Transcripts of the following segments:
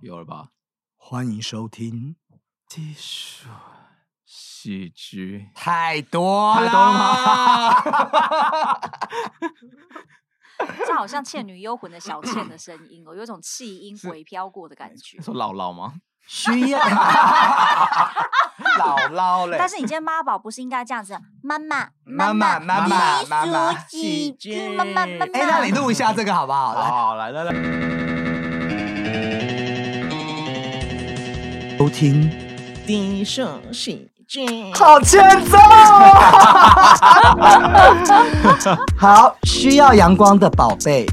有了吧？欢迎收听，技术喜剧太多太多了吗？这好像《倩女幽魂》的小倩的声音哦，有一种气音回飘过的感觉你。说姥姥吗？需要姥姥嘞，但是你今天妈宝不是应该这样子，妈妈妈妈妈妈妈妈妈喜剧妈妈妈妈。哎，那你录一下这个好不好？来，好，来来来，收听低上喜剧，好欠揍。 好，需要阳光的宝贝，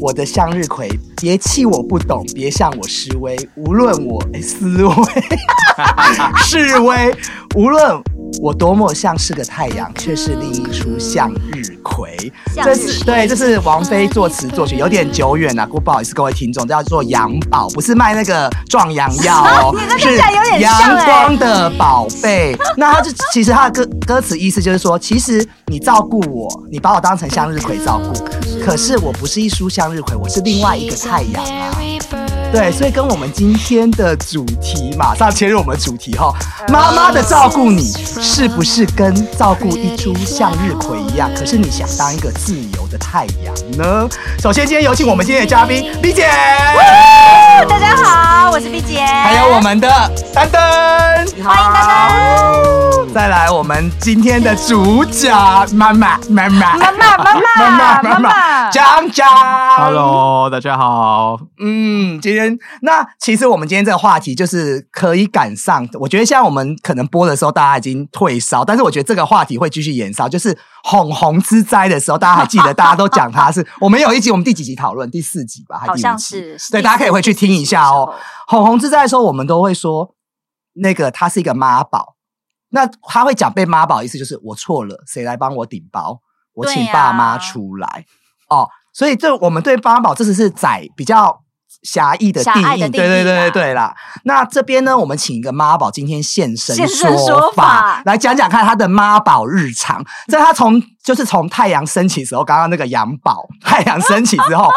我的向日葵，别气我不懂，别向我示威，无论我诶思维 示威，无论。我多么像是个太阳，却是另一出向日葵。向这日是葵，对，这是王菲作词作曲，有点久远啊，不不好意思各位听众，这叫做羊宝，不是卖那个壮阳药哦 你这听起来有点是像阳欸光的宝 贝。那他就其实他的歌歌词意思就是说，其实你照顾我，你把我当成向日葵照顾，可是我不是一束向日葵，我是另外一个太阳啊。对，所以跟我们今天的主题马上切入我们的主题哈、妈妈的照顾你是不是跟照顾一株向日葵一样？可是你想当一个自由的太阳呢？首先，今天有请我们今天的嘉宾李姐，大家好，我是毕姐，还有我们的丹丹。欢迎大家。再来，我们今天的主角妈妈，妈妈，妈妈，妈妈，妈妈，妈妈，江江 Hello，大家好。嗯，今天那其实我们今天这个话题就是可以赶上，我觉得现在我们可能播的时候大家已经退烧，但是我觉得这个话题会继续延烧，就是哄红之灾的时候，大家还记得大家都讲它是我们有一集，我们第几集讨论？第四集吧，还好第五像集是对，第大家可以四回去听一下哦集的时。哄红之在的时候，我们都会说，那个他是一个妈宝，那他会讲被妈宝，意思就是我错了，谁来帮我顶包？我请对啊爸妈出来、哦。所以这我们对妈宝这只是窄比较狭义的狭定隘义，的定对对对义对啦对啦。那这边呢，我们请一个妈宝今天现身现身说说法来讲讲看他的妈宝日常。在他从就是从太阳升起时候，刚刚那个羊宝太阳升起 之后，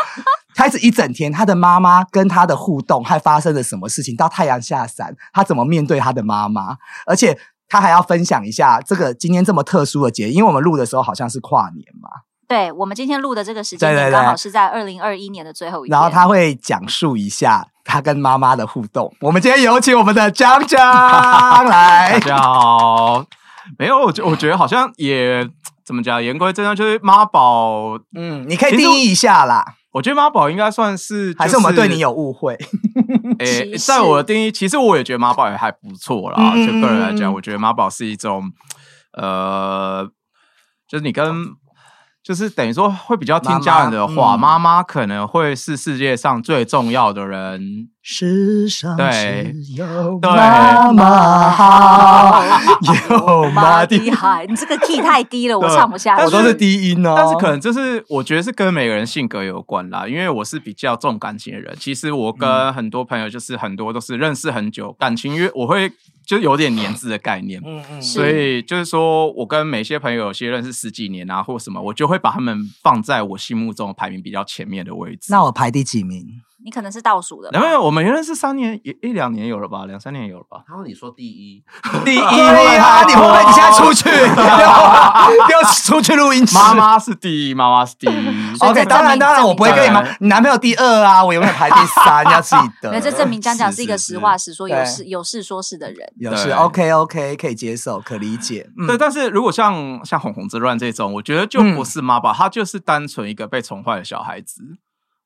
开始一整天他的妈妈跟他的互动，还发生了什么事情？到太阳下山，他怎么面对他的妈妈？而且他还要分享一下这个今天这么特殊的节，因为我们录的时候好像是跨年嘛，对我们今天录的这个时间对对点，对刚好是在二零二一年的最后一天。然后他会讲述一下。他跟妈妈的互动，我们今天有请我们的江 江大来。家好。没有，我觉我觉得好像也怎么讲，言归正传，就是妈宝。嗯，你可以其实定义一下啦，我觉得妈宝应该算是、还是我们对你有误会？诶、歧视在我的定义，其实我也觉得妈宝也还不错啦。嗯就个人来讲，嗯我觉得妈宝是一种，呃，就是你跟，就是等于说会比较听家人的妈妈话，嗯妈妈、可能会是世界上最重要的人。世上对只有对妈妈好， 有妈妈的的喊，你这个 key 太低了，我对唱不下去。我都是低音哦，但是可能就是我觉得是跟每个人性格有关啦，因为我是比较重感情的人。其实我嗯跟很多朋友就是很多都是认识很久，感情因为我会就有点年资的概念。嗯嗯是所以就是说，我跟每些朋友有些认识十几年啊，或什么，我就会把他们放在我心目中排名比较前面的位置。那我排第几名？你可能是倒数的吧，然后我们认识三年，一一两年有了吧，两三年有了 吧。然后你说第一，第一对呀，啊你会不会你现在出去 要出去录音室妈妈是第一，妈妈是第 一。所以？OK，这当然证明当然，我不会跟你妈证明，你男朋友第二啊，我永远排第三，要记得。那这证明江江是一个是是实话实说、有对事有事说事的人。有是对 OK OK，可以接受，可理解。嗯对，但是如果像像《红红之乱》这种，我觉得就不是妈宝，他就是单纯一个被宠坏的小孩子。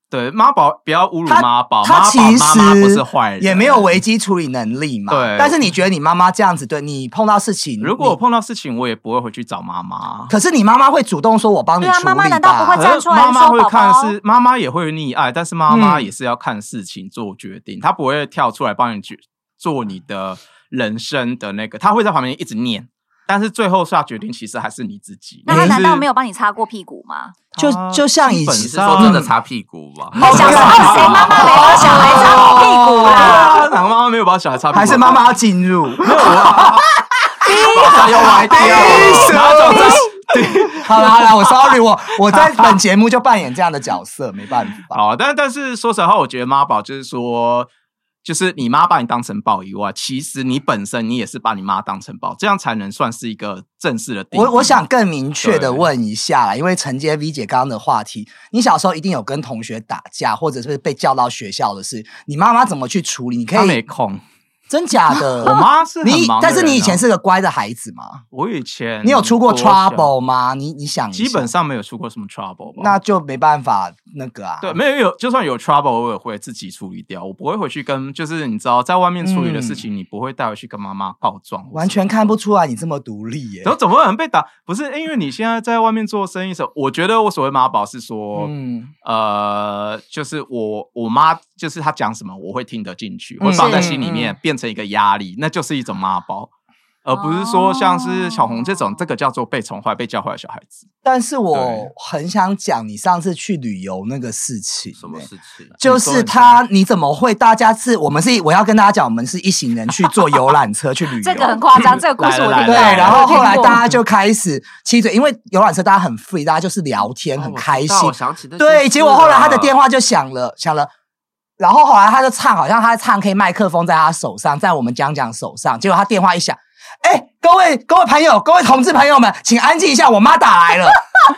对，妈宝不要侮辱他妈宝，他妈其宝妈妈不是坏实人，啊也没有危机处理能力嗯嘛。对但是你觉得你妈妈这样子对你碰到事情，如果我你碰到事情，我也不会回去找妈妈。可是你妈妈会主动说我帮你对处啊理，吧？妈妈难道不会可站是出来妈妈说会宝看宝是妈妈也会溺爱，但是妈妈嗯也是要看事情做决定，她不会跳出来帮你去做你的人生的那个，她会在旁边一直念，但是最后下决定其实还是你自己。那他你难道是哦没 有帮你擦过屁股吗？就她就像以基本前你是上说真的擦屁股吧？那小时候哦谁妈妈没帮小孩擦过屁股啦？啊，然后妈妈没有把小孩擦屁股，还是妈妈要进入？ 没有我，又歪掉，然后就这样好啦好啦，我 sorry，我我在本节目就扮演这样的角色，没办法。 好啊，但但是说实话，我觉得妈宝就是说，就是你妈把你当成宝以外，其实你本身你也是把你妈当成宝，这样才能算是一个正式的定义。我我想更明确对的问一下啦，因为承接 V 姐刚刚的话题，你小时候一定有跟同学打架，或者是被叫到学校的事，你妈妈怎么去处理？你可她没以空，真假 的？我妈是很你忙，的但是你人啊以前是个乖的孩子吗？我以前你有出过国小 trouble 吗？你你想一下基本上没有出过什么 trouble 吧？那就没办法那个啊。对，没有有，就算有 trouble，我也会自己处理掉，我不会回去跟，就是你知道，在外面处理的事情，你不会带回去跟妈妈告状，嗯完全看不。出来你这么独立耶然。后怎么可能被打？不是因为你现在在外面做生意的时候，我觉得我所谓妈宝是说，嗯，呃，就是我我妈就是她讲什么，我会听得进去，嗯会放在心里面，变成一个压力，那就是一种妈宝，而不是说像是小红这种，哦这个叫做被宠坏、被教坏的小孩子。但是我对很想讲你上次去旅游那个事情、什么欸事情？就是他，你怎么会？大家是我们是，我要跟大家讲，我们是一行人去坐游览车去旅 游，这个很夸张，这个故事我来了听对，过来了然后后来大家家就开始七嘴，因为游览车大家很 free，大家就是聊天，啊哦很我知开心道。我想起那件对，事结果后来他的了电话就响了，响了。然后后来他就唱，好像他唱 K，麦克风在他手上，在我们讲讲手上。结果他电话一响，哎，各位各位朋友，各位同志朋友们，请安静一下，我妈打来了。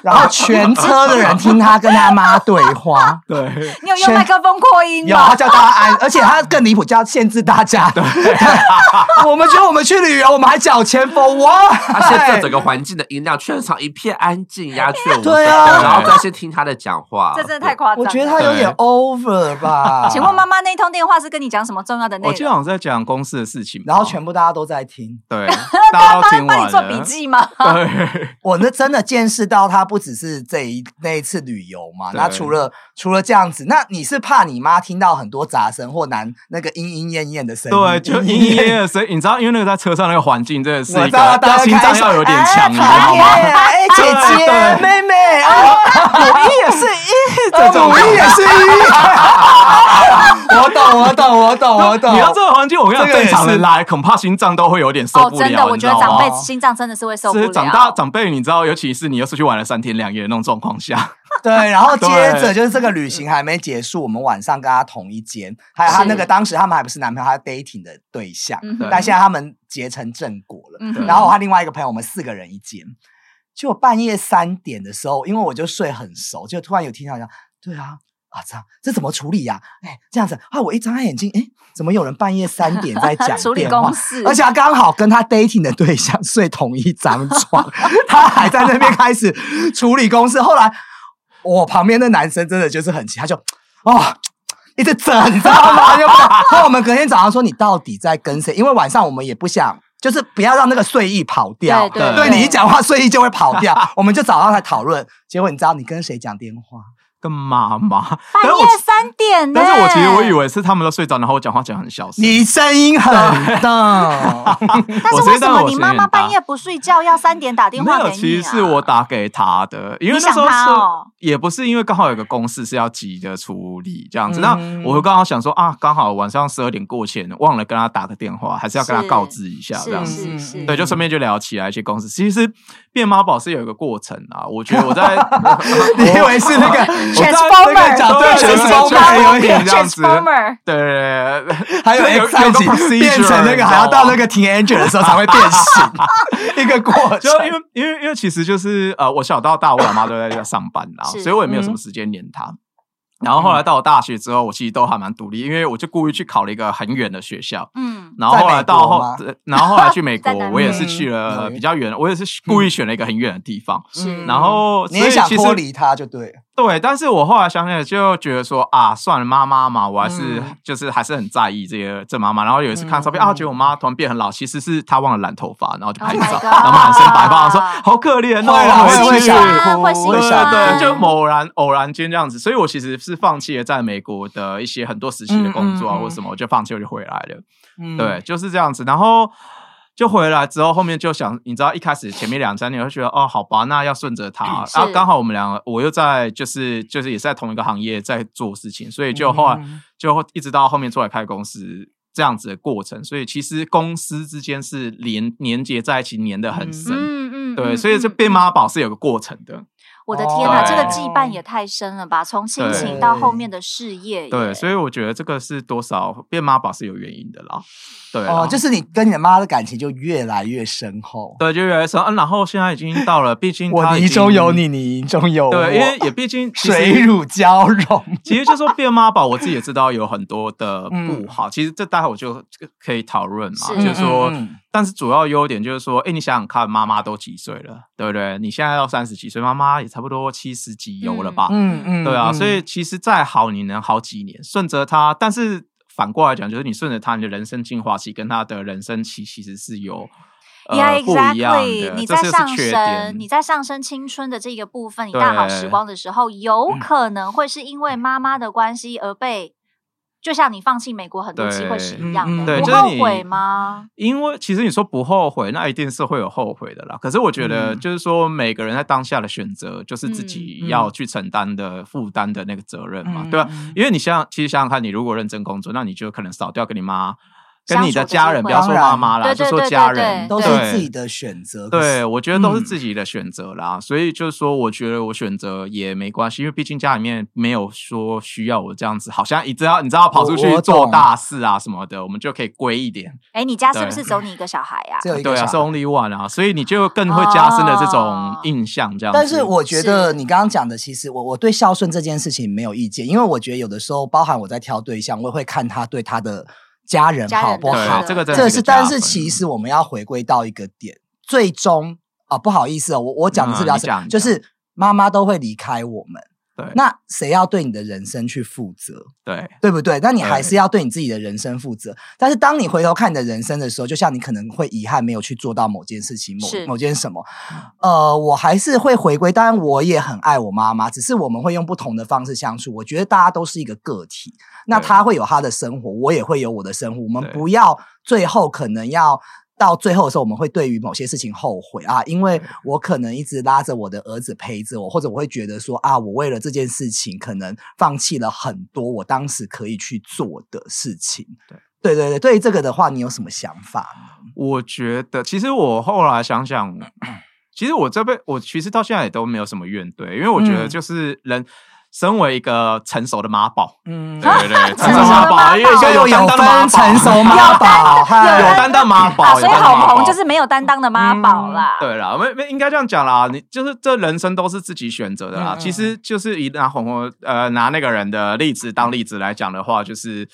然后全车的人听他跟他妈对 话，对，你有用麦克风扩音有他吗？叫大家安，而且他更离谱，叫限制大家。 我们觉得我们去旅游，我们还缴钱 for what？他现在整个环境的音量，全场一片安静，鸦雀无声。对啊然后再先听他的讲话，这真的太夸张我了。觉得他有点 over 吧。请问？妈妈那一通电话是跟你讲什么重要的啊内我记得容？哦好像在讲公司的事情吧，然后全部大家都在听， 对，大家都听帮完你做了笔。记吗？ 对，我那真的见识到他不只是这一那一次旅游嘛。对那除了除了这样子，那你是怕你妈听到很多杂声或男那个莺莺燕燕的声音？对，就莺嘤嘤的声音，你知道，因为那个在车上那个环境，真的是我一知个道大要家心脏开始要有点强，你知哎道讨厌吗？哎，姐对姐对妹妹，啊，母一也是一哎这种母一也啊是一。我懂，我懂，我懂，我懂。你要这个环境，我跟你这讲，个正也是常人来恐怕心脏都会有点受哦，不了。真的，我觉得你知道长吗辈心脏真的是会受不是了。长大长辈，你知道，尤其是你又出去玩了三天两夜的那种状况下，对，然后接对着就是这个旅行还没结束，我们晚上跟他同一间，还有他是那个当时他们还不是男朋友，他 dating 的对象，嗯对哼，但现在他们结成正果了。嗯哼然后我和另外一个朋友，我们四个人一间，就我半夜三点的时候，因为我就睡很熟，就突然有听到讲，对啊。啊，这样这怎么处理呀、哎，这样子啊，我一张开眼睛，哎，怎么有人半夜三点在讲处理电话公？事，而且他刚好跟他 dating 的对象睡同一 张床，他还在那边开始处理公事。后来我旁边的男生真的就是很气，他就哦。一直整，你知道 吗？就不然后我们隔天早上说你到底在跟谁？因为晚上我们也不想，就是不要让那个睡意跑掉。对对对你一讲话，睡意就会跑掉。我们就早上才讨论，结果你知道你跟谁讲电话？跟妈妈。半但是我夜三点呢，但是我其实我以为是他们都睡着，然后我讲话讲很小声。你声音很 大，但我是知为什道么我你声音妈妈很大半夜不睡觉，要三点打电话没给有，你、啊？其实是我打给他的，因为那时候你想是、他哦也不是因为刚好有个公事是要急着处理这样子，那嗯我刚好想说啊，刚好晚上十二点过前忘了跟他打个电话，还是要跟他是告知一下这样是子。是是，对，就顺便就聊起来一些公司。其实变妈宝是有一个过程啊，我觉得我 在你以为是那个我在 Transformer 找对对 Transformer 有点这样子， Transformer，对对对对，还有就 X 有战个警 procedure，变成那个，还要到那个 t e a n g e r 的时候才会变 形，一个过就程。因为因为因为其实就是呃，我小到大，我老妈都在家上班啦，是嗯所以我也没有什么时间黏她。然后后来到我大学之后，我其实都还蛮独立，因为我就故意去考了一个很远的学校，嗯，然后后来到后在，然后后来去美国 在南，美嗯我也是去了比较远，我也是故意选了一个很远的地方。是，然后，嗯你也所以想其实脱离他就对了，对，但是我后来想想，就觉得说啊，算了，妈妈嘛，我还是、嗯就是还是很在意这个这妈妈。然后有一次看照片、嗯啊，觉得我妈突然变很老，其实是她忘了染头发，然后就拍 Oh 照 my 然后满身白发，我 God 说好可怜哦，会啦我会回会去想会哭，对心会酸想对， 哭就偶然偶然间这样子，所以我其实是放弃了在美国的一些很多实习的工作啊，嗯嗯嗯或者什么，我就放弃我就回来了。嗯对，就是这样子。然后就回来之后，后面就想，你知道，一开始前面两三年我就觉得，哦，好吧，那要顺着他。是然后刚好我们两个，我又在就是就是也是在同一个行业在做事情，所以就后来、就一直到后面出来开公司，这样子的过程，所以其实公司之间是连连接在一起，粘得很深。嗯嗯，对，嗯所以这嗯变妈宝是有个过程的，我的天哪，哦这个羁绊也太深了吧！从亲情对到后面的事业耶，对，所以我觉得这个是多少变妈宝是有原因的啦，对啊啦哦，就是你跟你的妈的感情就越来越深厚。对，就越来越深。嗯，然后现在已经到了，毕竟我他已泥经中有，你，你泥中有我，对，因为也毕竟其实水乳交融。其实就说变妈宝，我自己也知道有很多 的嗯不好。其实这待会我就可以讨论嘛，是就是说，嗯嗯嗯但是主要优点就是说，哎，你想想看，妈妈都几岁了，对不对？你现在要三十几岁，妈妈也差不多七十几有了吧？嗯嗯，对啊，嗯所以其实再好，你能好几年，顺着他，但是反过来讲，就是你顺着他，你的人生进化期跟他的人生期其实是有。呃 Yeah, 不一样 exactly。的，你这在是上缺点升，你在上升青春的这个部分，你大好时光的时候，嗯有可能会是因为妈妈的关系而被，就像你放弃美国很多机会是一样嗯嗯的，对，不就是后你悔吗？？因为其实你说不后悔，那一定是会有后悔的啦。可是我觉得，嗯就是说每个人在当下的选择，就是嗯自己要去承担的负担的那个责任嘛，嗯对吧、啊嗯因为你想想，其实想想看，你如果认真工作，那你就可能少掉跟你妈、跟你相处的家人，机会不要说妈妈啦，当然就对对说对家对人，都对是自己的选择。可对，是，我觉得都是嗯自己的选择啦，所以就是说，我觉得我选择也没关系，因为毕竟家里面没有说需要我这样子，好像你知道，你知道跑出去我我懂做大事啊什么的，我们就可以归一点，哎，你家是对不是只有你一个小孩呀？只有一对个啊，小是孩。 only one 啊，所以你就更会加深了这种哦印象，这样子。但是我觉得你刚刚讲的，其实我我对孝顺这件事情没有意见，因为我觉得有的时候，包含我在挑对象，我也会看他对他的家人家好人不的好对。这个真的这是是，一个加但分，是其实我们要回归到一个点，最终啊，不好意思哦，我我讲的是比较嗯你讲深，就是妈妈都会离开我们，对那谁要对你的人生去负责，对对不对？那你还对是要对你自己的人生负责。但是当你回头看你的人生的时候，就像你可能会遗憾没有去做到某件事情，某是某件什么，呃，我还是会回归。当然，我也很爱我妈妈，只是我们会用不同的方式相处。我觉得大家都是一个个体，那对她会有她的生活，我也会有我的生活。我们对不要最后可能要。到最后的时候，我们会对于某些事情后悔啊，因嗯为我可能一直拉着我的儿子陪着我，或者我会觉得说啊，我为了这件事情可能放弃了很多我当时可以去做的事情。对对对对，对于这个的话，你有什么想法？我觉得，其实我后来想想，其实我这辈我其实到现在也都没有什么怨怼，因为我觉得嗯就是人。身为一个成熟的妈宝，嗯对对 对，成成熟熟妈的妈宝，因为宝现在又有担当的妈分宝成熟妈宝有和担当妈啊，宝，所以有担当妈好宝嗯红就是没有担当的妈宝啦。对啦，没没应该这样讲啦。你就是这人生都是自己选择的啦。嗯嗯其实就是以拿红红呃拿那个人的例子当例子来讲的话，就是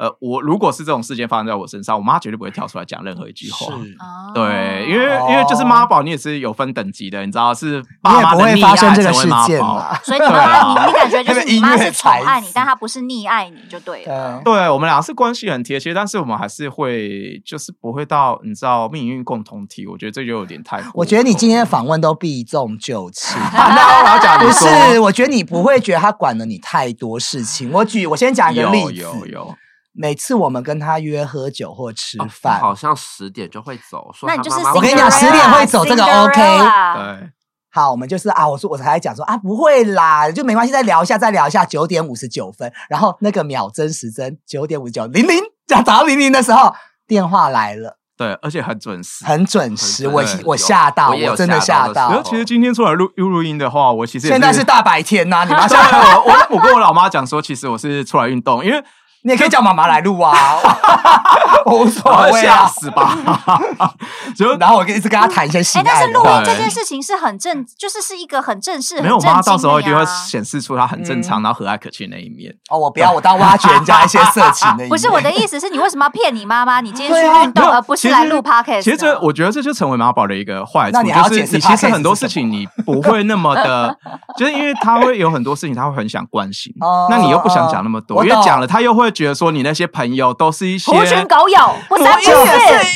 呃我如果是这种事件发生在我身上，我妈绝对不会跳出来讲任何一句话。是。哦对，因为哦因为就是妈宝，你也是有分等级的，你知道是爸妈的你也溺不会发生爱这个成为妈事件宝啦。所以你妈对妈，啊你你感觉就是那个你妈音乐是宠爱才你子，但她不是溺爱你就对了。对，对我们俩是关系很贴切，但是我们还是会就是不会到你知道命运共同体，我觉得这就有点太过分。我觉得你今天的访问都避重就轻。 啊， 那我要讲不你说是，我觉得你不会觉得他管了你太多事情。我举，我先讲一个例有子。有有，每次我们跟他约喝酒或吃饭，哦好像十点就会走。说那你他就是啊妈妈我跟你讲 Cinderella，十点会走这个 OK Cinderella 对。好，我们就是啊，我说我才讲说啊，不会啦，就没关系，再聊一下，再聊一下，九点五十九分，然后那个秒针时针九点五十九零零，讲早上零零的时候，电话来了，对，而且很准时。很准时，很我准我有吓到，我也有我真的吓吓到然的后到时，其实今天出来录又录音的话，我其实也现在是大白天呐、你妈对吓，我我我跟我老妈讲说，其实我是出来运动，因为你也可以叫妈妈来录啊， 我无所我谓吓啊。死 吧。就然后我一直跟他谈一些性哎，但爱是的录话音对这件事情是很正，就是是一个很正式、很没有我妈正经到时候的一定会啊呀显示出她很正嗯常，然后和蔼可亲那一面。哦，我不要，我当挖掘人家一些色 情的意思。 不是我的意思是你为什么要骗你妈妈？你今天对去啊运动，没有而不是其实来录 podcast。其实这我觉得这就成为妈宝的一个坏处那你还要，就解是释你其 podcast 实很多是什事情你不会那么的， 就是因为他会有很多事情他会很想关心哦，那你又不想讲那么我多，因懂为讲了他又会觉得说你那些朋友都是一些狐群狗友，不三不我也四。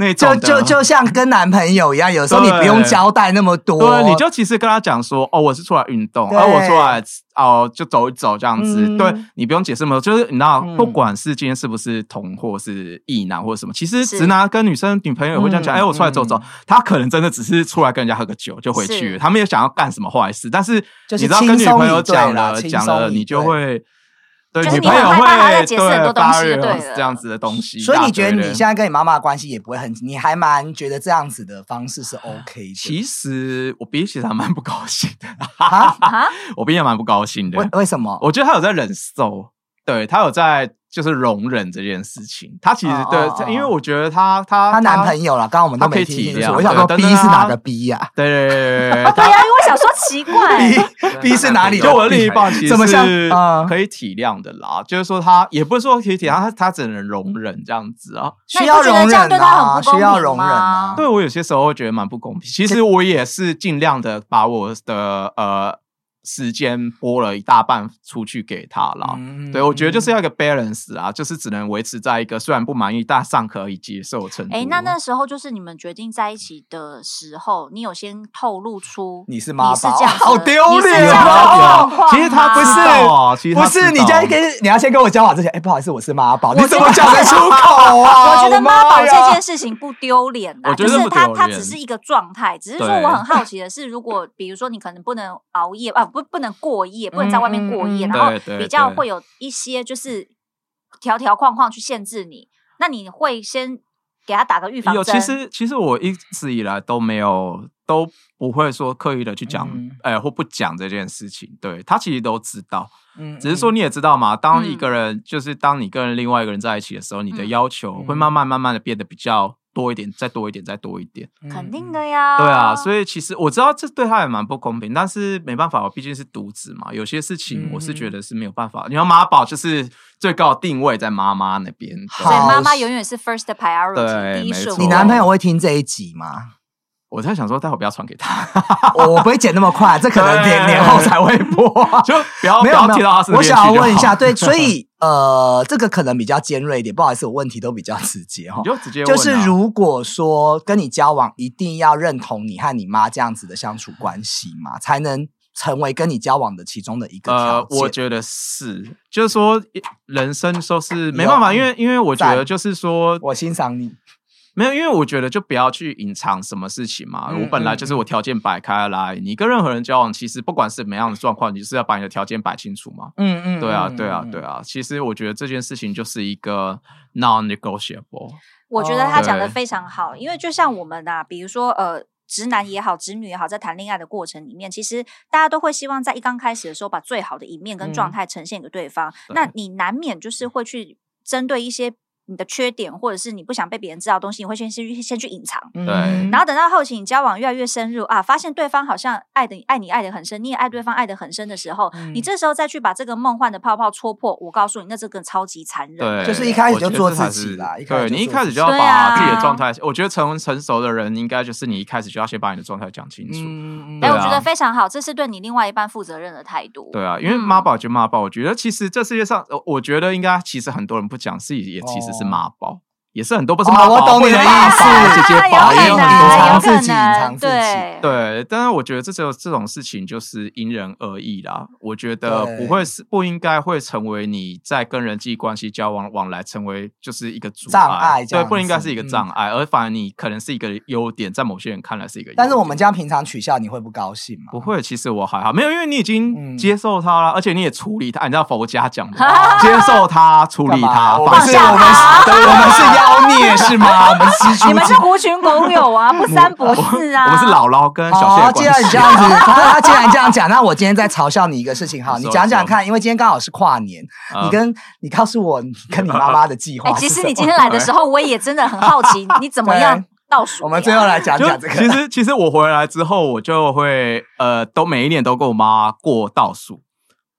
那种就的就就像跟男朋友一样，有时候你不对用交代那么多，对，你就其实跟他讲说，哦，我是出来运动，对而我出来哦就走一走这样子。嗯对你不用解释那么多，就是你知道，嗯不管是今天是不是同或是异男或者什么，其实是直男跟女生女朋友也会这样讲，嗯哎，我出来走走嗯，他可能真的只是出来跟人家喝个酒就回去是了，他没有想要干什么坏事，但是就是你知道跟女朋友讲了讲轻松一对啦轻松一了，对你就会。对，就是女你朋友很害怕她在会解释很多对东八西月就对了这样子的东西，所以你觉得一你大堆的现在跟你妈妈的关系也不会很，你还蛮觉得这样子的方式是 OK 的其实我比起他蛮不高兴的，啊？啊，我比起他蛮不高兴的为。为什么？我觉得他有在忍受，对他有在就是容忍这件事情。他其实哦哦对哦，因为我觉得他他她男朋友了，刚刚我们都她可没以听体清谅楚。我想说对啊 B 但是是哪她个 B 呀对对对对对对啊对，呀，因为我想说奇怪， ？B B 是 哪里？就我的另哎一半其实怎么像是嗯可以体谅的啦，就是说他也不是说可以体谅，他他只能容忍这样子啊。需要容那你不觉忍得这样对她啊，很不公平吗需要容忍啊。对我有些时候会觉得蛮不公平。其实我也是尽量的把我的呃时间拨了一大半出去给他啦。嗯对，我觉得就是要一个 balance 啊，就是只能维持在一个虽然不满意，但尚可以接受的程度。哎，那那时候就是你们决定在一起的时候，你有先透露出你是妈你是这宝样子 的，好丢呃你是脸这样哦的状况其实他吗知道啊，其实 不他是知你道在跟你要先跟我交往之前，哎，不好意思，我是妈宝，觉你得怎么讲得出口啊？ 我觉得妈我宝妈呀这件事情不丢脸啊，我觉就得是不他丢他脸只是一个状态，只是说对我很好奇的是，如果比如说你可能不能熬夜啊，不不能过夜，不能在外面过夜，嗯嗯嗯然后对对比较对会有一些就是条条框框去限制你，那你会先给他打个预防有，针？其实其实我一直以来都没有都不会说刻意的去讲，哎、嗯或不讲这件事情。对他其实都知道，嗯只是说你也知道嘛，当一嗯个人、就是当你跟另外一个人在一起的时候，你的嗯要求会嗯慢慢慢慢的变得比较多一点，再多一点，再多一点。嗯肯定的呀，对哦啊，所以其实我知道这对他也蛮不公平，但是没办法，我毕竟是独子嘛，有些事情我是觉得是没有办法。你要妈宝就是最高的定位在妈妈那边，对所以妈好妈永远是 first priority 对第一没顺错位。你男朋友会听这一集吗？我在想说，待会不要传给他。 我我不会剪那么快，这可能对年年后才会播。就不要没不有要没贴有到他身，边我想要去就问 一下，好对，所以呃，这个可能比较尖锐一点，不好意思，我问题都比较直接哈你。就直接问啊就是如果说跟你交往，一定要认同你和你妈这样子的相处关系嘛，才能成为跟你交往的其中的一个条呃，件。我觉得是，就是说人生都是没办法，因为因为我觉得赞就是说我欣赏你，没有，因为我觉得就不要去隐藏什么事情嘛。嗯我本来就是我条件摆开来，你跟任何人交往，其实不管是什么样的状况，你就是要把你的条件摆清楚嘛。嗯嗯对啊，对啊，对，啊。其实我觉得这件事情就是一个 non-negotiable。我觉得哦他讲的对非常好，因为就像我们啊，比如说呃，直男也好，直女也好，在谈恋爱的过程里面，其实大家都会希望在一刚开始的时候把最好的一面跟嗯状态呈现给对方。对那你难免就是会去针对一些你的缺点，或者是你不想被别人知道的东西，你会先先去先去隐藏。嗯对然后等到后期你交往越来越深入啊，发现对方好像爱的爱你爱的很深，你也爱对方爱的很深的时候，嗯你这时候再去把这个梦幻的泡泡戳破，我告诉你，那这个超级残忍。对，就是一开始就我觉得做这才自己是啦一开始对就你一做开自始己就要对把啊自己的状态，我觉得成成熟的人应该就是你一开始就要先把你的状态讲清楚。嗯哎、对我觉啊得非常好，这是对你另外一半负责任的态度。对啊，因为妈宝就妈宝，我觉得其实这世界上，呃我觉得应该其实很多人不讲自己也其实是妈宝，也是很多不是妈宝，哦哦我懂不你的能意思妈宝 姐姐宝保也佑有有可很能，多。有藏可自己隐能，藏自己对，对，但是我觉得这种这种事情就是因人而异啦。我觉得对不会是不应该会成为你在跟人际关系交往往来成为就是一个阻障碍这对，样不应该是一个子嗯障碍，而反而你可能是一个优点，在某些人看来是一个优点。但是我们这样平常取笑你会不高兴吗？不会，其实我还好，没有，因为你已经嗯接受他了，而且你也处理他，你知道佛家讲的，接受他，处理干嘛他，我放们是下我们是，啊对我们是妖孽是 吗？我们是蜘蛛你们精是狐群狗友啊，不三不四啊。我们是姥姥跟小谢好，的哦既关然你系这。样子， 他他既然这样讲，那我今天再嘲笑你一个事情，好，你你说讲讲看，因为今天刚好是跨年，嗯你跟你告诉我，你跟你妈妈的计哎、划是其什么。实你今天来的时候，我也真的很好奇，你怎么样倒数？我们最后来讲就讲这其个，实其实我回来之后，我就会呃，都每一年都跟我妈过倒数。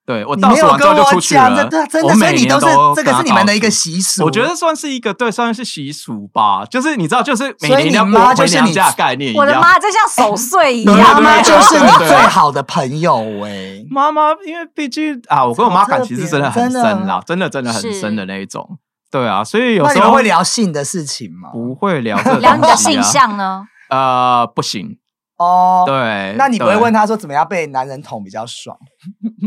对我你倒没数有完之跟后就我出去讲，了这，这真我的，所每以你年都都是这个跟她是你们的一个倒数。习俗。我觉得算是一个对，算是习俗吧，就是你知道，就是每所以年你要妈过就回是娘你家的概念一我的样。妈，这像守岁一你对对妈样。对妈就是你对对对最好的朋友哎、妈妈，因为毕竟 啊，我跟我妈感情是真的很深啦，真的真的很是深的那一种。对啊，所以有那时你们候会聊性的事情吗？不会聊这个聊你的东西性啊？向呢？呃，不行，哦。对，那你不会对问他说怎么样被男人捅比较爽？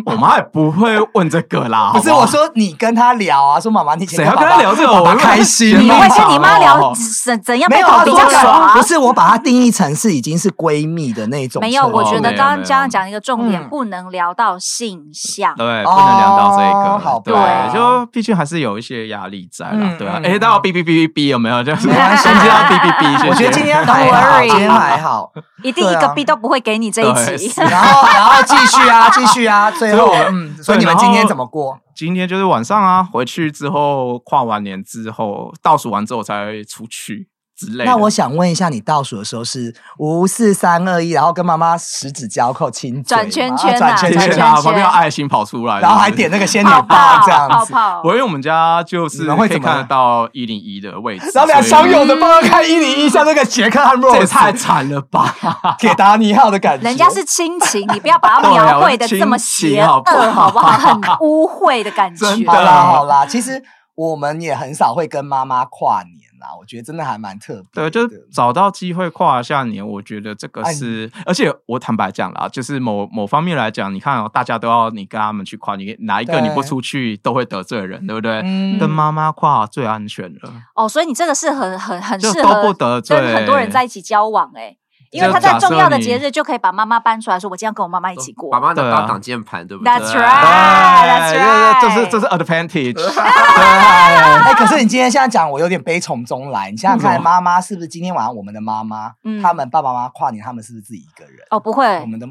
我妈也不会问这个啦。 不是好好我，说你跟他聊啊，说妈妈你以前谁要爸跟爸他聊这个？我爸会爸开心嫌你吗弃会场跟你妈聊哦怎怎样没被有捅他比说较爽啊不？是我把它定义成是已经是闺蜜的那种程没度。有，我觉没得有刚刚没有家长讲一个重点，嗯不能聊到性向。对，哦不能聊到这个，好吧对，就毕竟还是有一些压力在啦嗯，对啊嗯。哎，到哔哔哔哔哔有没有？ 就是没关系先知道哔哔哔，谢谢我觉得 今天还好， Don't worry 今天还好。一定对一啊个 B 都不会给你这一对集。是然后，然后继续啊，继续啊，最所后以我，嗯，所以你们然后今天怎么过？今天就是晚上啊，回去之后跨完年之后，倒数完之后才会出去之类的。那我想问一下，你倒数的时候是五四三二一，然后跟妈妈十指交扣亲嘴吗，转圈圈啊转圈谢圈谢圈啊，他，旁边有爱心跑出来，然后还是不是点那个 仙女泡棒泡这样泡子。泡我，因为我们家就是你们会可以怎么看得到一零一的位置，然后俩所相以拥的抱看一零一，像那个杰克和这啊 Rose 也太惨了吧！ 铁达尼号的感觉。人家是亲情，你不要把它对啊描我绘是的亲这么情邪好不恶，好不好？很好污秽的感觉。真的好啦好啦，其实我们也很少会跟妈妈跨年啦，我觉得真的还蛮特别对，的。就是找到机会跨一下年，我觉得这个哎是，而且我坦白讲啦，就是某某方面来讲，你看哦，大家都要你跟他们去跨，你哪一个对你不出去都会得罪人，对不对？嗯跟妈妈跨最安全了，哦，所以你这个是很很很就适都不合得罪跟很多人在一起交往哎、因为就他在假设重要的你节日就可以把妈妈搬出来说，我今天要跟我妈妈一起过。把妈拿对啊当挡箭牌，对不对啊 That's 对 right，That's 哎这 right，是这是 advantage，哎、可是你今天现在讲，我有点悲从中来。你想想为什看，么妈妈是不是今天晚上我们的妈妈，嗯他们爸嗯爸妈妈跨年，他们是不是自己一个人？哦，不我会，们的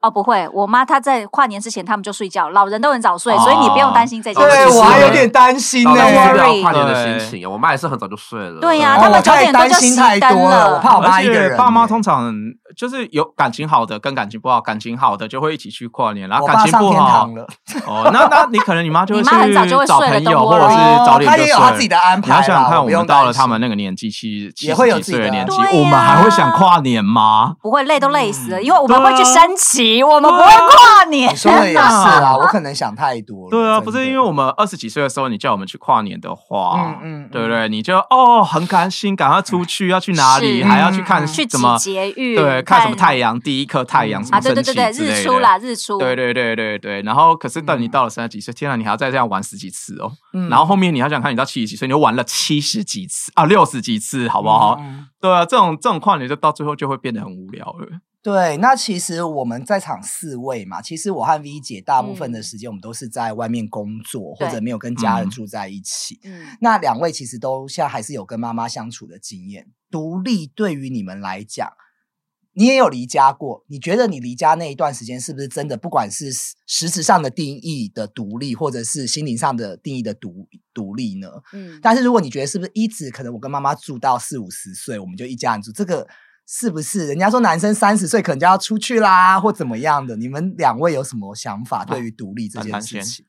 哦，不会，我妈她在跨年之前他们就睡觉，老人都很早睡，哦所以你不用担心这件对事嗯其实情。我还有点担心老人呢不对了跨年的心情啊，我妈也是很早就睡了。对呀哦他们我太九点多就担心太熄灯多了了，我怕我妈而一个且人。爸妈通常就是有感情好的跟感情不好，感情好的就会一起去跨年，然后我感爸情上不天好堂，了，哦，那 那你可能你妈就会你妈很早就会去找睡了朋，don't 友，或者 worry 是早点他就也睡啊有他自己了。的安你排啦。要想想看，我我不用们到了担心他们那个年纪，七七也会有十自几己岁的的年纪对，呀我们还会想跨年吗？不会累都累死了，嗯因为我们会去对啊升旗，我们不会跨年你。说的也是天啦，哪我可能想太多了。对啊，真的不是因为我们二十几岁的时候，你叫我们去跨年的话嗯，嗯，嗯对不？对？你就哦很开心，赶快出去，要去哪里，是还要去嗯看 去什挤么？节育，对，看什么太阳，第一颗太阳什啊？么对升对起对对，之类日的出啦，日出。对对对对对，然后可是等你嗯到了三十几岁，天啊，你还要再这样玩十几次哦。嗯然后后面你要想看，你到七十几岁，你就玩了七十几次啊，六十几次，好不好？嗯嗯对啊，这种这种跨年就到最后就会变得很无聊了。对，那其实我们在场四位嘛，其实我和 V 姐大部分的时间我们都是在外面工作，对或者没有跟家人嗯住在一起。嗯，那两位其实都现在还是有跟妈妈相处的经验。独立对于你们来讲，你也有离家过，你觉得你离家那一段时间是不是真的，不管是实实质上的定义的独立，或者是心灵上的定义的独独立呢？嗯，但是如果你觉得是不是一直可能我跟妈妈住到四五十岁，我们就一家人住，这个是不是人家说男生三十岁可能就要出去啦，或怎么样的？你们两位有什么想法对于独立这件事情？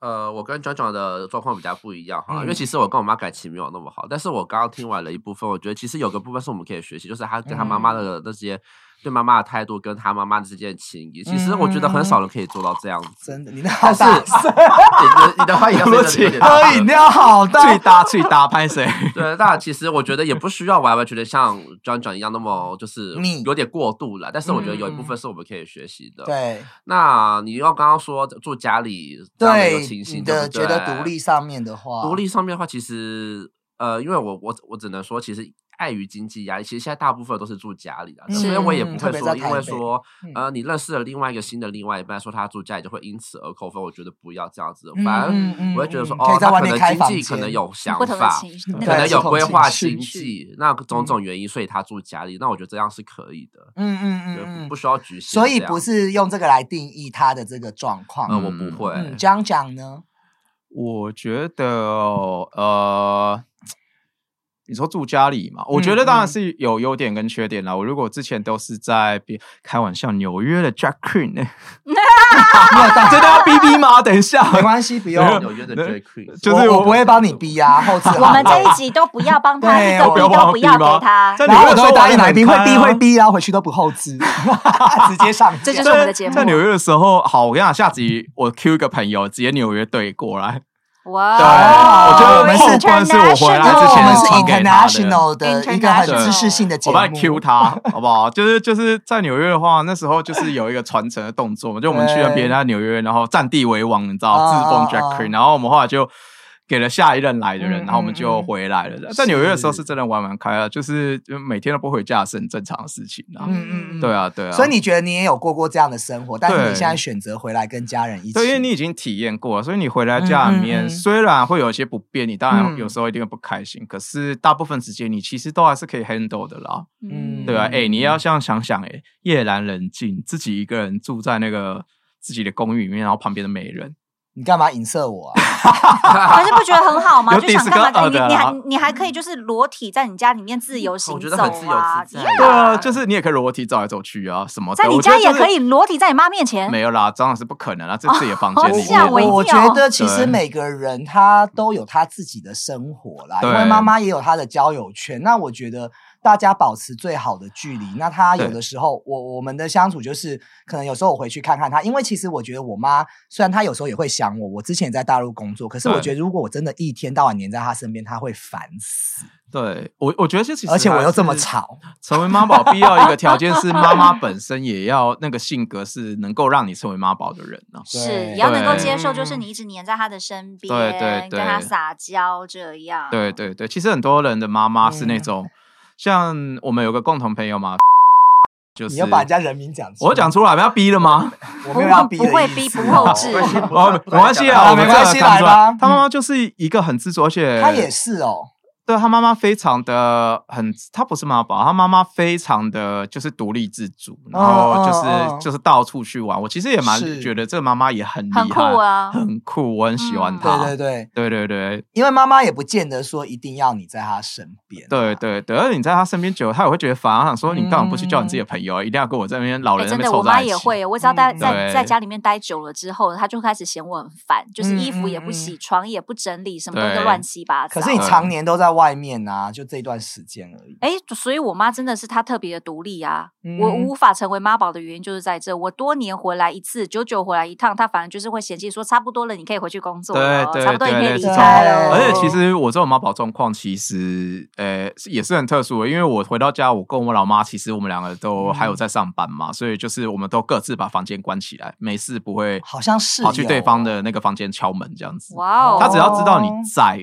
呃，我跟转转的状况比较不一样哈，因为嗯其实我跟我妈感情没有那么好，但是我刚刚听完了一部分，我觉得其实有个部分是我们可以学习，就是她跟她妈妈嗯的那些。对妈妈的态度跟她妈妈的之间的情谊，其实我觉得很少人可以做到这样子。嗯真的， 你的好大 声，你的你的话 哎也要对不随着起你的喝饮料好最大。搭最搭拍谁？对，但其实我觉得也不需要完完全全像 John John 一样那么就是腻有点过度了。但是我觉得有一部嗯分是我们可以学习的。，对那你要刚刚说住家里这样的一个对，情你形，的对觉不得对独立上面的话，独立上面的话，其实呃，因为我我我只能说，其实碍于经济压力，其实现在大部分都是住家里的，嗯所以我也不特会别说，在因台为北说嗯呃，你认识了另外一个新的另外一半，说他住家里就会因此而扣分，我觉得不要这样子，嗯，反而。嗯嗯我会觉得说，嗯可哦以，在他外可面能开经房济间，可能有想不同的法，情绪，对可能有不同规情划绪经济，那种种原因，所以他住家里。那我觉得这样是可以的，嗯嗯对嗯嗯嗯，不需要局限这所样。以不是用这个来定义他的这个状况。呃，我不会。 嗯，讲讲呢？我觉得呃，你说住家里嘛，我嗯觉得当然是有优点跟缺点啦。我如果之前都是在别开玩笑，纽约的 Jack Queen，呢真的要逼逼吗？等一下，没关系， 不用没有。纽约的那 J Queen，就是我我不会帮你逼啊，后 置我们好这一集都不要 帮他，对一个我逼不要都不要帮给他逼。吗然后我都会答在应来宾纽约会的时候我也很开啊逼会逼，然后回去都不后置， 直接上 这就架。是我们的节目在在纽约的时候，好，我跟你讲，下集我 Q 一个朋友，直接纽约队过来，哇，哦对我觉得我们后是段是我回来因为之哦我前们是传给他的 international 的一个很知识性的节我目。帮你 Q 他，好不好？就是就是在纽约的话，那时候就是有一个传承的动作嘛，就我们去了别人家纽约，然后占地为王，你知啊道，自封 Jack Queen，然后我们后来就给了下一任来的嗯人，然后我们就回来了。在纽约的时候是真的玩玩开了，就是每天都不回家是很正常的事情啊。嗯嗯嗯，对。啊，对啊。所以你觉得你也有过过这样的生活，但是你对现在选择回来跟家人一起，对，因为你已经体验过了，所以你回来家里面、嗯嗯嗯虽然会有一些不便，你当然嗯有时候一定会不开心，可是大部分时间你其实都还是可以 handle 的啦，嗯对啊，哎、你要像想想、哎，夜阑人静，自己一个人住在那个自己的公寓里面，然后旁边都没人，你干嘛影射我啊？可是不觉得很好 吗？有就想干嘛干嘛？你 disco 的啊你还啦你还可以就是裸体在你家里面自由行我觉走得很自由啊，自在对啊，就是你也可以裸体走来走去啊，什么的，在你我觉得家也就是可以裸体在你妈面前。没有啦，当然是不可能啦，这自己的房哦间里吓面，我一跳觉得其实对每个人他都有他自己的生活啦，因对为妈妈也有她的交友圈。那我觉得大家保持最好的距离。那她有对的时候，我我们的相处就是，可能有时候我回去看看她，因为其实我觉得我妈虽然她有时候也会想我，我之前也在大陆工作，可是我对觉得如果我真的一天到晚黏在她身边，她会烦死，对我我觉得这其实而且我又这么还是吵。成为妈宝必要一个条件是，妈妈本身也要那个性格是能够让你成为妈宝的人啊呢、是，对也要能够对嗯接受，就是你一直黏在他的身边，对对对跟他撒娇这样。对对对，其实很多人的妈妈是嗯那种，像我们有个共同朋友嘛， 就你是要把人家人名讲出来，我讲出来，不要逼了吗？我没有要逼的不会意思逼不后置 关系不哦，没关系好啊，我没们关这系个看来出吧来。他妈妈就是一个很执着，而且她也是哦，对他妈妈非常的很，他不是妈宝，他妈妈非常的就是独立自主，然后就是、嗯嗯嗯就是到处去玩。我其实也蛮是觉得这个妈妈也很厉害，很酷啊 很酷，我很喜欢嗯她。对对对。对对对因为妈妈也不见得说一定要你在她身边、啊对， 对对，而且你在他身边久了，他也会觉得烦。他想说，你干嘛不去叫你自己的朋友？一定要跟我这边老哎，人在真那边的，我凑妈在一起？也会，我只要待嗯在对在家里面待久了之后，她就开始嫌我很烦，就是嗯衣服也嗯不嗯洗，床也不整理，什么东西对都乱七八糟。可是你常年都在外面啊，就这段时间而已。哎，所以我妈真的是她特别的独立啊。嗯我无法成为妈宝的原因就是在这，我多年回来一次，久久回来一趟，她反而就是会嫌弃说差不多了，你可以回去工作了，对对差不多你可以对离对开了。而且哦其实我这种妈宝状况，其实呃是也是很特殊的，因为我回到家，我跟我老妈，其实我们两个都还嗯有在上班嘛，所以就是我们都各自把房间关起来，没事不会好像是跑去对有哦方的那个房间敲门这样子。哇哦，他只要知道你在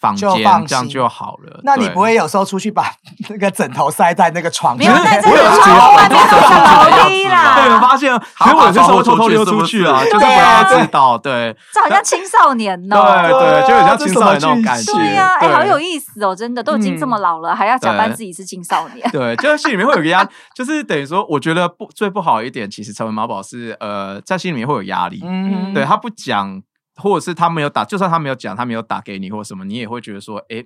房间就放心，这样就好了。那你对不会有时候出去把 那个枕头塞在那个床没有上在这我有个觉得窗户外面我都有是觉楼得梯被人啦，发现，所以我有些时候偷偷溜出去啊，好好就是走不出去是不是让他知道。 对这好像青少年对哦。对，就有像这青什么少年那种剧感觉。情对呀，哎，对好有意思哦，真的都已经这么老了，还要假扮对自己是青少年。对，就是心里面会有个压，就是等于说，我觉得不最不好一点，其实成为妈宝是呃，在心里面会有压力。嗯对他不讲，或者是他没有打，就算他没有讲，他没有打给你或什么，你也会觉得说，哎，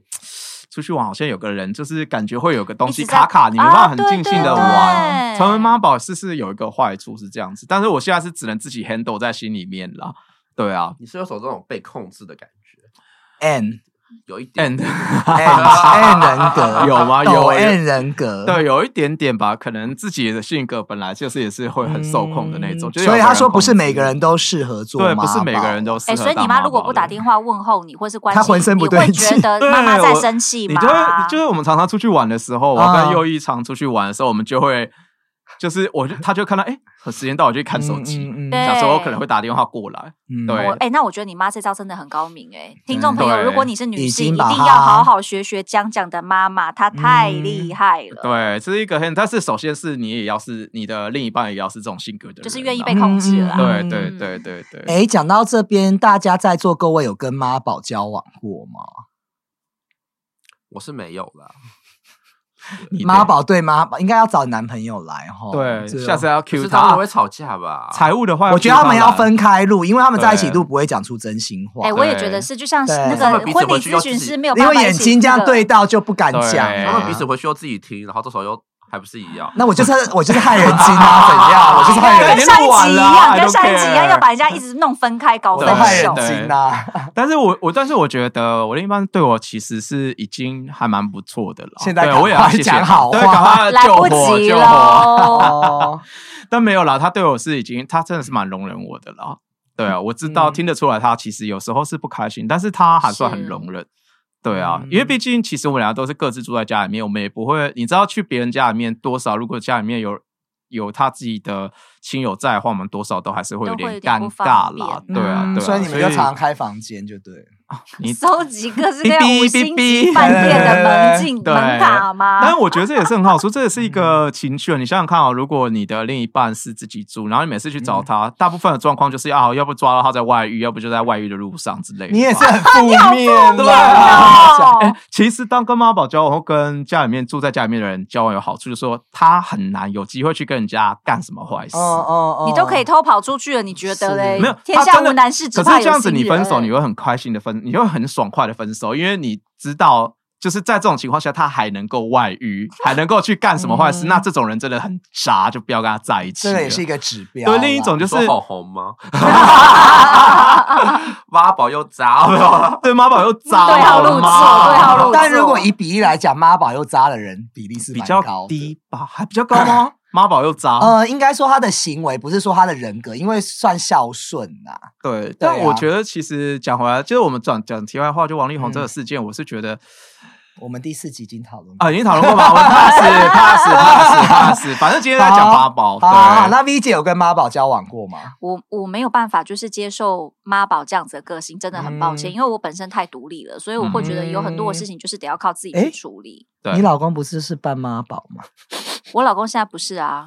出去玩好像有个人，就是感觉会有个东一西直在卡卡， 你没办啊法很尽兴的玩。对对对成为妈宝是是有一个坏处是这样子，但是我现在是只能自己 handle 在心里面啦。对啊你是有种这种被控制的感觉， ，N 有一哎点 ，and N N 人格 有吗有抖有 N 人格对，有一点点吧，可能自己的性格本来就是也是会很受控的那种，嗯就是有所以的他人说不控是每制个人都适合做对，妈不宝，是每个人都适哎，合。所以你妈如果不打电话，话问候你，或是关心她你，浑身不对你会劲觉得对妈妈在我生气你吗就会你？就是我们常常出去玩的时候，我啊跟右一常出去玩的时候，我们就会就是我就他就看到哎，时间到我就去看手机，嗯嗯嗯对想说我可能会打电话过来，嗯对我哎、那我觉得你妈这招真的很高明哎、听众朋友，对如果你是女已性，经一把定她要好好学学江江的妈妈，她太厉害了，对，这是一个很，但是首先是你也要是你的另一半也要是这种性格的人啊，就是愿意被控制了。对嗯对嗯对对对，哎，讲到这边，大家在座各位有跟妈宝交往过吗？我是没有啦。你得妈宝对妈宝应该要找男朋友来哈。对，哦这下次要可 Q 是他们他会。吵架啊吧？财务的话，我觉得他们要 cue 来分开录，因为他们在一起对录不会讲出真心话。哎、我也觉得对是，就像是对那他个们彼此婚礼回去咨要询自己师没有办因法为一起眼睛这样那个对到就不敢讲对他啊们彼此回去又自己听，然后到时候又还不是一样。那我就是我就是害人精 啊，怎样？我就是害人跟已精经上一录完集一了啊样， I 跟 don't 上一集一样， care 要把人家一直弄分开，搞我分都害手人。对精啊！但是我我但是我觉得我另一半对我其实是已经还蛮不错的了。现在对赶我也要快谢谢讲他好对，话赶快来救不火及救火。喽！哦， 但没有啦，他对我是已经他真的是蛮容忍我的啦。对啊，我知道、嗯听得出来，他其实有时候是不开心，但是他还算很是容忍。对啊，嗯因为毕竟其实我们俩都是各自住在家里面，我们也不会，你知道去别人家里面多少，如果家里面有有他自己的亲友在的话，我们多少都还是会都会点有点尴不尬方啦。便对啊，嗯对啊，所以你们就常常开房间就对了。 你收集各式各样哔哔五星哔级哔饭店的门禁对门卡吗？但是我觉得这也是很好说，这也是一嗯个情趣。你想想看哦，如果你的另一半是自己住，然后你每次去找嗯他，大部分的状况就是啊，要不抓到他在外遇，要不就在外遇的路上之类的吧。你也是很负面啊 对啦。哦 哎、其实当跟妈宝交往或跟家里面住在家里面的人交往有好处，就是说他很难有机会去跟人家干什么坏事。哦哦哦，你都可以偷跑出去了，你觉得嘞？是没有，哎天他下真的无难事，只可怕是有这样子，心你分手人哎你会很开心的分，你会很爽快的分手，因为你知道，就是在这种情况下，他还能够外 遇，还能够去干什么坏事，嗯那这种人真的很渣，就不要跟他在一起这了。个也是一个指标啊啦。对，另一种就是你说好红吗？挖宝又渣，没有啦对妈宝又渣，对号好入座，对啊吗号入座。但如果以比例来讲，妈宝又渣的人比例是比蛮较高的低吧，还比较高 吗？妈宝又渣，呃，应该说他的行为，不是说他的人格，因为算孝顺呐。对，但我啊觉得其实讲回来，就是我们转讲题外话，就王力宏这个嗯事件，我是觉得我们第四集已经讨论过。啊，已经讨论过吗？我 pass pass pass pass，反正今天在讲八宝，好好好，哦对，那 V 姐有跟妈宝交往过吗？我我没有办法，就是接受妈宝这样子的个性，真的很抱歉，嗯因为我本身太独立了，所以我会觉得有很多的事情就是得要靠自己去诶处理。对你老公不是是扮妈宝吗？我老公现在不是 啊，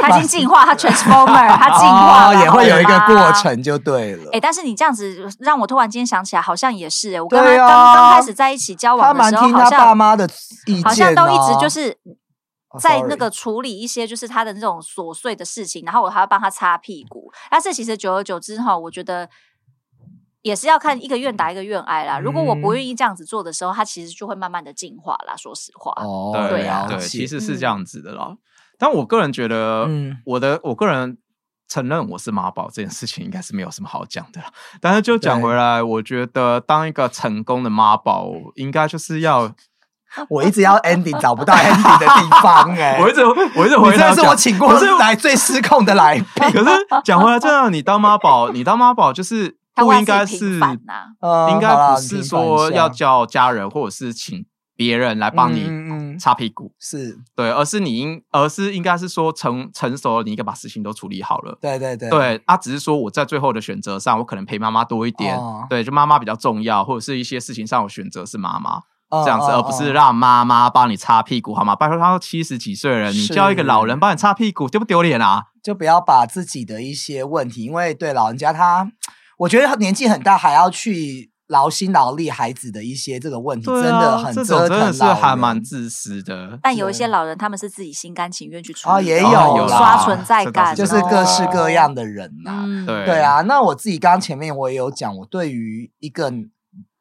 他已经进化，他 transformer，他进化了、哦也会有一个好吗过。程就对了哎、。但是你这样子让我突然间想起来，好像也是、诶我跟他对刚啊刚开始在一起交他往的蛮时候，听好他爸像妈的意见、哦，好像都一直就是哦在，sorry 那个处理一些就是他的那种琐碎的事情，然后我还要帮他擦屁股。但是其实久而久之哈，我觉得也是要看一个愿打一个愿挨啦。如果我不嗯愿意这样子做的时候，他其实就会慢慢的进化啦。说实话，哦，对对了啊对，解其实是这样子的啦。但我个人觉得嗯，我的我个人承认我是妈宝这件事情，应该是没有什么好讲的啦。但是就讲对回来，我觉得当一个成功的妈宝，应该就是要，我一直要 ending 找不到 ending 的地方哎、我一 直我一直你回真答的是我请过可是来最失控的来宾。可是讲回来，真的，你当妈宝，你当妈宝 就是他不会应该让自己是平凡呐。呃应好该啦不你是平说反一下要叫家人或者是请别人来帮你嗯嗯嗯擦屁股，是对，而是你应，而是应该是说成成熟了，你应该把事情都处理好了。对对对对，啊，只是说我在最后的选择上，我可能陪妈妈多一点，哦对，就妈妈比较重要，或者是一些事情上我选择是妈妈这这样子，而不哦嗯是让妈妈帮你擦屁股，好吗？拜托，她都七十几岁了，你是叫一个老人帮你擦屁股，丢不丢脸啊？就不要把自己的一些问题，因为对老人家他，我觉得他年纪很大，还要去劳心劳力孩子的一些这个问题，对真的啊，很这折种腾真的是老还人蛮自私的。但有一些对老人，他们是自己心甘情愿去处哦理的，也有哦啦刷存在这倒感，是哦 就真是的各式各样的人呐、嗯，对对啊，那我自己刚刚前面我也有讲，我对于一个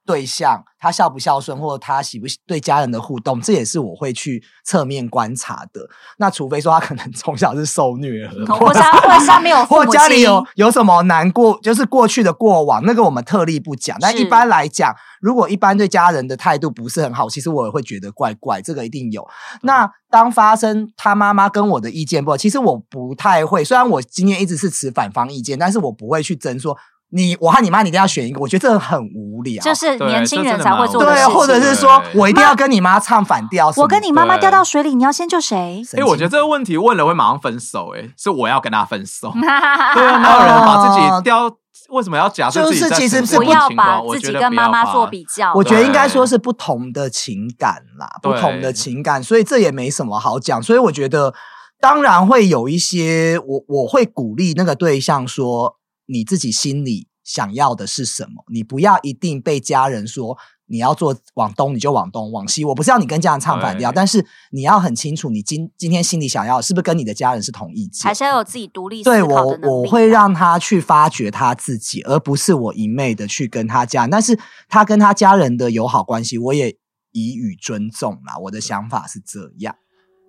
对象他孝不孝顺，或者他喜不喜对家人的互动，这也是我会去侧面观察的。那除非说他可能从小是受虐儿，哦嗯或上或上面有啊父 或母家里亲有有什么难过，就是过去的过往，那个我们特例不讲。但是一般来讲，如果一般对家人的态度不是很好，其实我也会觉得怪怪，这个一定有。嗯那当发生他妈妈跟我的意见不合，其实我不太会。虽然我今天一直是持反方意见，但是我不会去争说你我和你妈你一定要选一个，我觉得这很无聊。就是对年这轻真人的才蛮会无做聊的的事对，情。或者是说对我一定要跟你妈唱反调什么我的。跟你妈妈对掉到水里，你要先救 谁？哎、神我经觉得这个问题问了会马上分手、欸，哎，是我要跟他分 手。对对啊，哪有人把自己雕？为什么要假设自己在哦就是其实成是功不的要情把况我自觉己得跟不妈要妈把做比较。我觉得应该对说是不同的情感啦，不对同的情感，所以这也没什么好讲。所以我觉得，当然会有一些我我会鼓励那个对象说，你自己心里想要的是什么，你不要一定被家人说。你要做往东，你就往东；往西，我不是要你跟家人唱反调，对但是你要很清楚，你今今天心里想要的是不是跟你的家人是同意见？还是要有自己独立思对考我的，能我力会让他去发掘他自己，而不是我一昧的去跟他家人。但是他跟他家人的友好关系，我也以予尊重啦。我的想法是这样。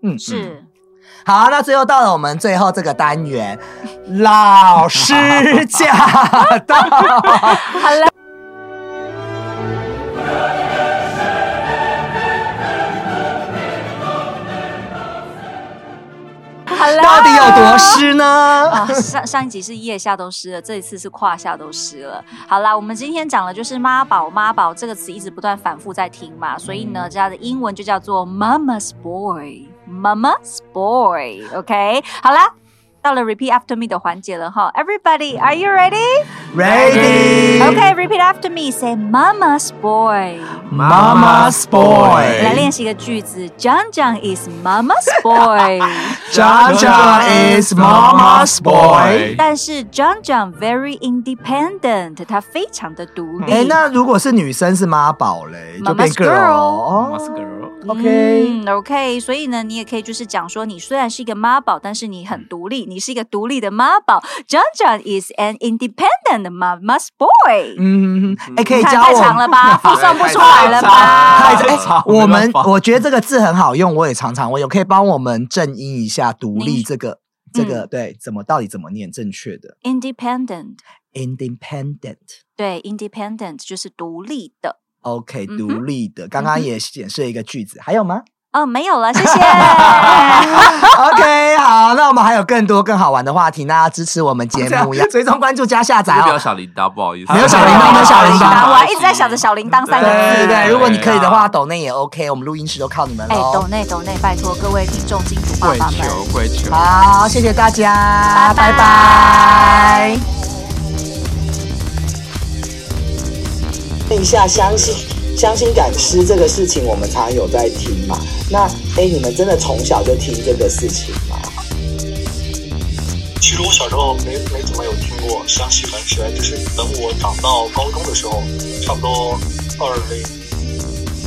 嗯，是好啊，那最后到了我们最后这个单元，老师 驾到。好了。好了，到到底有多湿呢？啊，上上一集是腋下都湿了，这一次是胯下都湿了。好啦，我们今天讲的就是妈宝，妈宝这个词一直不断反复在听嘛，所以呢，它的英文就叫做 Mama's Boy，Mama's Boy，OK、好啦，到了 Repeat After Me 的环节了哈，Everybody，Are you ready？OK，Repeat、 Ready? After Me，Say Mama's Boy。 Mama's boy. 来练习一个句子，John John is Mama's boy。 John John is mama's boy. 但是 John John very independent，他非常的独 立。哎、那如果是女生是妈宝嘞，就 Mama's 变 girl 哦。 Mama's girl， OK，嗯，OK，所以呢，你也可以就是讲说，你虽然是一个妈宝，但是你很独立，你是一个独立的妈宝。John John is an independent mama's boy。嗯，哎、可以你看教太我长了 吧，附送不出来了太吧？哎、长我没 们办法我觉得这个字很好用，我也常常我有可以帮我们正音一下“独立”您这个这嗯个、对怎么到底怎么念正确的 independent， independent。对，independent 就是独立的。 OK，嗯哼独立的，刚刚也显示了一个句子，还有吗 哦，没有了，谢谢。 ？OK，好，那我们还有更多更好玩的话题，那支持我们节目，要 追踪关注加下载没有哦。小铃铛，不好意思，没有小铃铛没有小铃铛 我还一直在想着小铃铛对三个对字。对，如果你可以的话，抖内也 OK，我们录音室都靠你们哦哎，喽抖。内抖内，拜托各位听众、金主爸跪爸们。求跪求。好，谢谢大家，拜拜拜拜一下相信相亲感师这个事情，我们常常有在听嘛。那哎，你们真的从小就听这个事情吗？其实我小时候没没怎么有听过湘西门谁，就是等我长到高中的时候，差不多二零，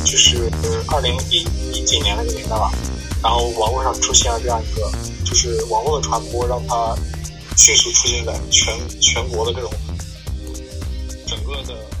就是二零一一几年那个年代吧，然后网络上出现了这样一个，就是网络的传播让它迅速出现在全全国的这种整个的。